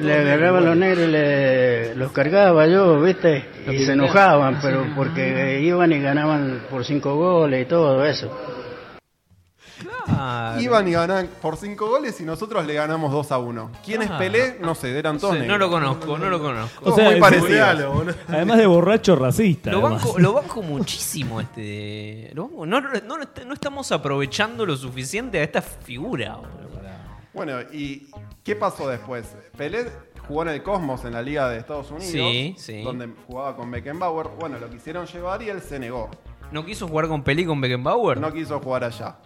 Le agarraba a los negros y le, los cargaba yo, ¿viste? Y se Ah, enojaban, pero porque iban y ganaban por 5 goles y todo eso. Ah, Iban y ganaban por 5 goles y nosotros le ganamos 2 a 1. ¿Quién es Ah. Pelé? No sé, eran todos Sí, no negros. lo conozco, no lo conozco. O sea, muy es- parecido. Además de borracho racista. Lo además. banco, lo banco muchísimo este. lo banco- No, no- no- no estamos aprovechando lo suficiente a esta figura, boludo. Bueno, ¿y qué pasó después? Pelé jugó en el Cosmos en la Liga de Estados Unidos, Sí, sí. donde jugaba con Beckenbauer. Bueno, lo quisieron llevar y él se negó. ¿No quiso jugar con Pelé y con Beckenbauer? No quiso jugar allá.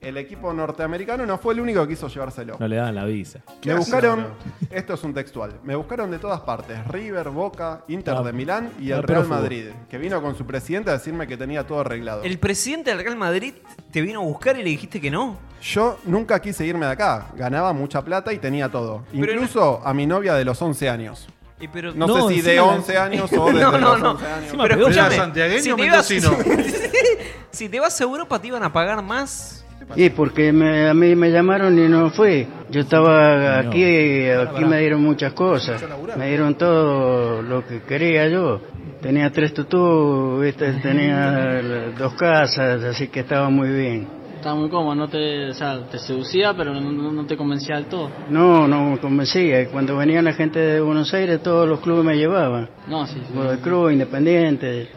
el equipo norteamericano no fue el único que quiso llevárselo. No le daban la visa. Me buscaron, esto es un textual, me buscaron de todas partes, River, Boca, Inter de Milán y ah, el pero Real fútbol. Madrid, que vino con su presidente a decirme que tenía todo arreglado. El presidente del Real Madrid te vino a buscar y le dijiste que no. Yo nunca quise irme de acá, ganaba mucha plata y tenía todo, Pero incluso a mi novia de los 11 años. Y Eh, pero- No, sé si de encima- [laughs] 11 años o de no, no, los no. 11 años. Pero escúchame, santiagueño si o te ibas- mendocino? [laughs] si te vas a Europa te iban a pagar más. Y porque me- a mí me llamaron y no fui. Yo estaba No. aquí, eh, aquí me dieron muchas cosas. Me dieron todo lo que quería yo. Tenía tres tutú, [laughs] este, tenía dos casas, así que estaba muy bien. Estaba muy cómodo, no te, o sea, te seducía, pero no, no- no te convencía del todo. No, no me convencía. Y Cuando venía la gente de Buenos Aires, todos los clubes me llevaban. No, sí. sí. Godoy Cruz, Independiente.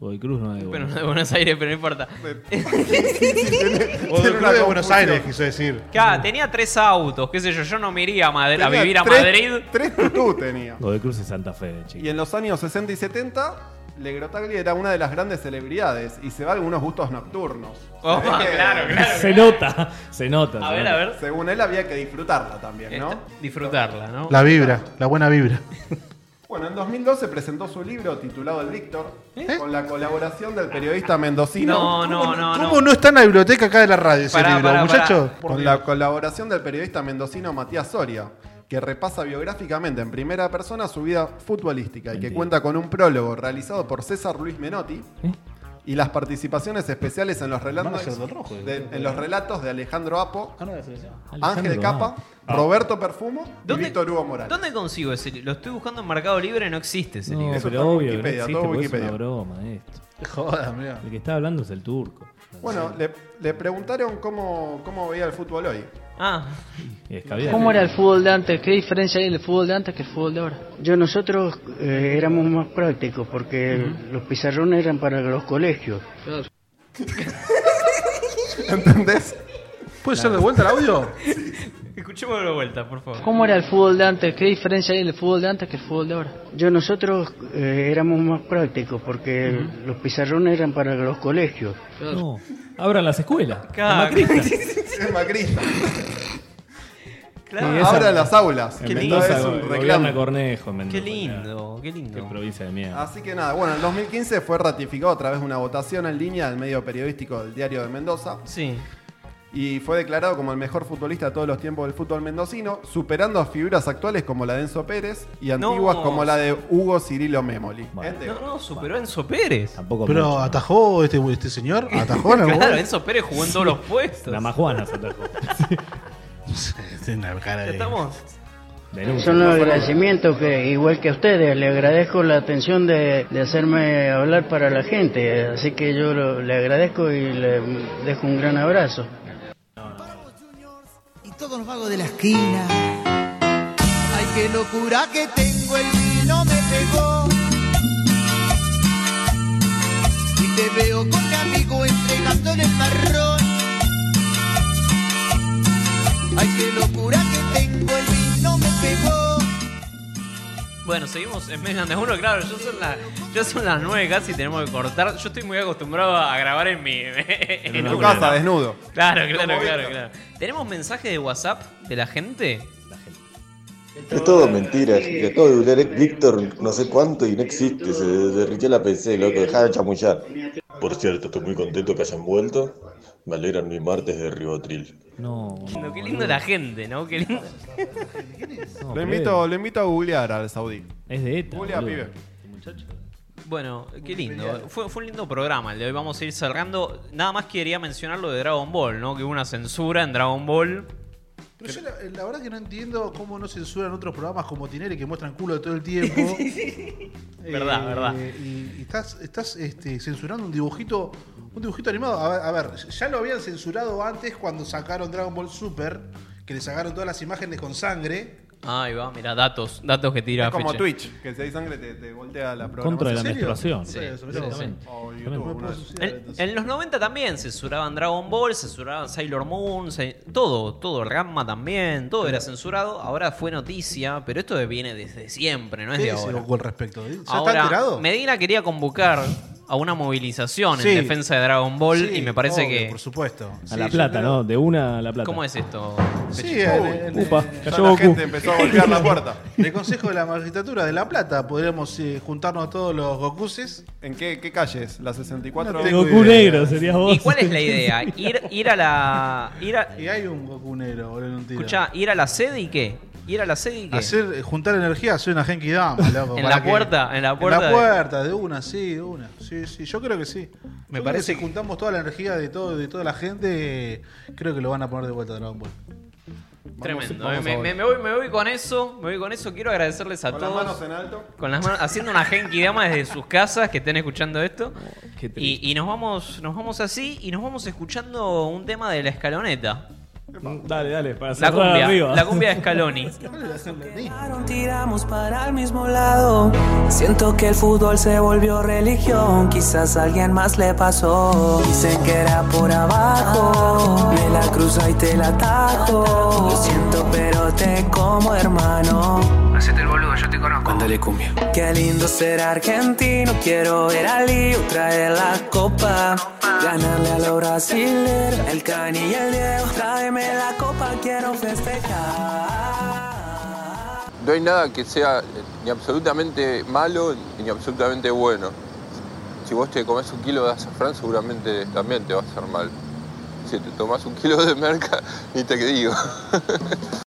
Godoy Cruz no es Bueno, de Buenos Aires, pero no importa. O del club de Buenos Aires, quiso decir. Claro, tenía tres autos, qué sé yo, yo no me iría a, Madrid- a Tenía vivir a tres- Madrid. [laughs] Tres tutú tenía. Godoy Cruz y Santa Fe, chicos. Y en los años 60 y 70, Legrotagli era una de las grandes celebridades y se va a algunos gustos nocturnos. [laughs] Oh, Se ve que- claro, claro, Se claro. nota, se nota, A se ver, nota. a ver. Según él había que disfrutarla también, ¿no? Disfrutarla, ¿no? La vibra, la buena vibra. Bueno, en 2012 presentó su libro titulado El Víctor, con la colaboración del periodista mendocino. ¿Eh? No, no, no, ¿Cómo no está en la biblioteca acá de la radio ese libro, muchachos? Con la colaboración del periodista mendocino Matías Soria, que repasa biográficamente en primera persona su vida futbolística y que cuenta con un prólogo realizado por César Luis Menotti ¿Eh? y las participaciones especiales en los relatos, Manager del Rojo, de, en los relatos de Alejandro Apo, Ah, Ángel Alejandro, Capa, ah. Roberto Perfumo y ¿Dónde- Víctor Hugo Morales. ¿Dónde consigo ese libro? Lo estoy buscando en Mercado Libre, no existe ese No, libro. pero obvio, que no Wikipedia, existe, todo porque es una Wikipedia. broma esto. Joda, mirá. El que está hablando es el turco. Bueno, le, le preguntaron cómo, cómo veía el fútbol hoy. Ah. [laughs] Y escabiar. ¿Cómo era el fútbol de antes? ¿Qué diferencia hay en el fútbol de antes que el fútbol de ahora? Yo nosotros eh, éramos más prácticos porque los pizarrones eran para los colegios. ¿Entendés? ¿Puede ser de vuelta el audio? Escuchémoslo de vuelta, por favor. ¿Cómo era el fútbol de antes? ¿Qué diferencia hay en el fútbol de antes que el fútbol de ahora? Yo nosotros eh, éramos más prácticos porque los pizarrones eran para los colegios. No, abran las escuelas. Claro. Es macrista. [laughs] Es macrista. Y esa- Ahora las aulas. En que Mendoza, es un gobierna reclamo. Cornejo en Mendoza. Qué lindo, qué lindo. Qué provincia de mierda. Así que nada, bueno, en 2015 fue ratificado a través de una votación en línea del medio periodístico del Diario de Mendoza. Sí. Y fue declarado como el mejor futbolista de todos los tiempos del fútbol mendocino, superando a figuras actuales como la de Enzo Pérez y antiguas No. como la de Hugo Cirilo Memoli. Gente, No, no, superó a Enzo Pérez. Tampoco Pero atajó este, este señor, atajó en algún Claro, gol? Enzo Pérez jugó en todos los puestos. La majuana se atajó. [laughs] Tiene una cara de- Estamos. Son los agradecimientos que, igual que a ustedes, le agradezco la atención de, de hacerme hablar para la gente. Así que yo lo- le agradezco y le dejo un gran abrazo. y todos los vagos de la esquina. Ay, qué locura que tengo, el vino me pegó. Y te veo con mi amigo entregando el marrón. Ay, qué locura que tengo, el vino me pegó. Bueno, seguimos en Megan de uno, claro, yo son las, ya son las 9 casi y tenemos que cortar. Yo estoy muy acostumbrado a grabar en mi. [laughs] En, en tu una. casa, desnudo. Claro, claro, Como claro, Víctor. claro. ¿Tenemos mensaje de WhatsApp de la gente? Es todo mentira, que acabo de googlear Víctor no sé cuánto y no existe, se derritió la PC, loco, dejá de chamullar. Por cierto, estoy muy contento que hayan vuelto, me alegran mi martes de Ribotril. No. Qué lindo la gente, ¿no? Qué lindo. lo, invito, lo invito a googlear al saudí. Es de ETA. Julia, boludo. pibe. [laughs] Bueno, qué lindo. Fue, fue un lindo programa el de hoy. Vamos a ir cerrando. Nada más quería mencionar lo de Dragon Ball, ¿no? Que hubo una censura en Dragon Ball. Pero yo la, la verdad que no entiendo cómo no censuran otros programas como Tinelli que muestran culo todo el tiempo. [laughs] Eh, Verdad, verdad. Y, y estás, estás este, censurando un dibujito, un dibujito animado. A ver, a ver, ya lo habían censurado antes cuando sacaron Dragon Ball Super, que le sacaron todas las imágenes con sangre. Ahí va, mira, datos, datos que tira Es como Feche. Twitch, que si hay sangre te, te voltea la programación. Contra de la ¿En serio? menstruación. Sí, sí, sí. O YouTube, uno de esos. En, en los 90 también censuraban Dragon Ball, censuraban Sailor Moon, ce- todo, todo, Ramma también, todo era censurado. Ahora fue noticia, pero esto viene desde siempre, no es ¿Qué de dice ahora. Goku al respecto? ¿Ya está Ahora, enterado? Medina quería convocar a una movilización Sí. en defensa de Dragon Ball y me parece obvio, que. Por supuesto. A la plata, ¿no? De una a la plata. ¿Cómo es esto? Sí, Pechi? en- en- Upa, en- cayó Goku. [laughs] Del Consejo de la Magistratura de La Plata podríamos eh, juntarnos todos los Gokuses. ¿En qué, qué calles? ¿La 64? ¿Y cuál [laughs] es la idea? Ir, ir a la. Ir a, y hay un Goku negro, boludo, en un tiro. Escucha, ir a la sede y qué? Ir a la sede y qué? Hacer, eh, juntar energía, hacer una Genki Dama, loco. En para la que- puerta, en la puerta En de- la puerta, de... una, sí, de una. Sí, sí, yo creo que sí. Me parece parece que si juntamos toda la energía de, todo, de toda la gente, creo que lo van a poner de vuelta a Dragon Ball. Tremendo. eh, vamos me, a me- me voy, me voy con eso, me voy con eso. Quiero agradecerles a Con las todos. manos en alto. Con las manos, haciendo una Genki Dama desde sus casas que estén escuchando esto. Oh, y, y nos vamos, nos vamos así y nos vamos escuchando un tema de la escaloneta. [laughs] Dale, dale, para La cerrar cumbia, arriba. la cumbia de Scaloni. Tiramos para el mismo lado. Siento que el fútbol se volvió religión. Quizás a alguien más le pasó. Dicen que era por abajo. Me la cruza y te la atajo. Lo siento, pero te como hermano. Hacete el boludo, yo te conozco. Ándale, cumbia. [laughs] Qué lindo ser argentino, quiero ver a Liu traer la copa. Ganarle a los brasileños, el Cani y el Diego, tráeme la copa, quiero festejar. No hay nada que sea ni absolutamente malo ni absolutamente bueno. Si vos te comes un kilo de azafrán, seguramente también te va a hacer mal. Si te tomás un kilo de merca, ni te digo.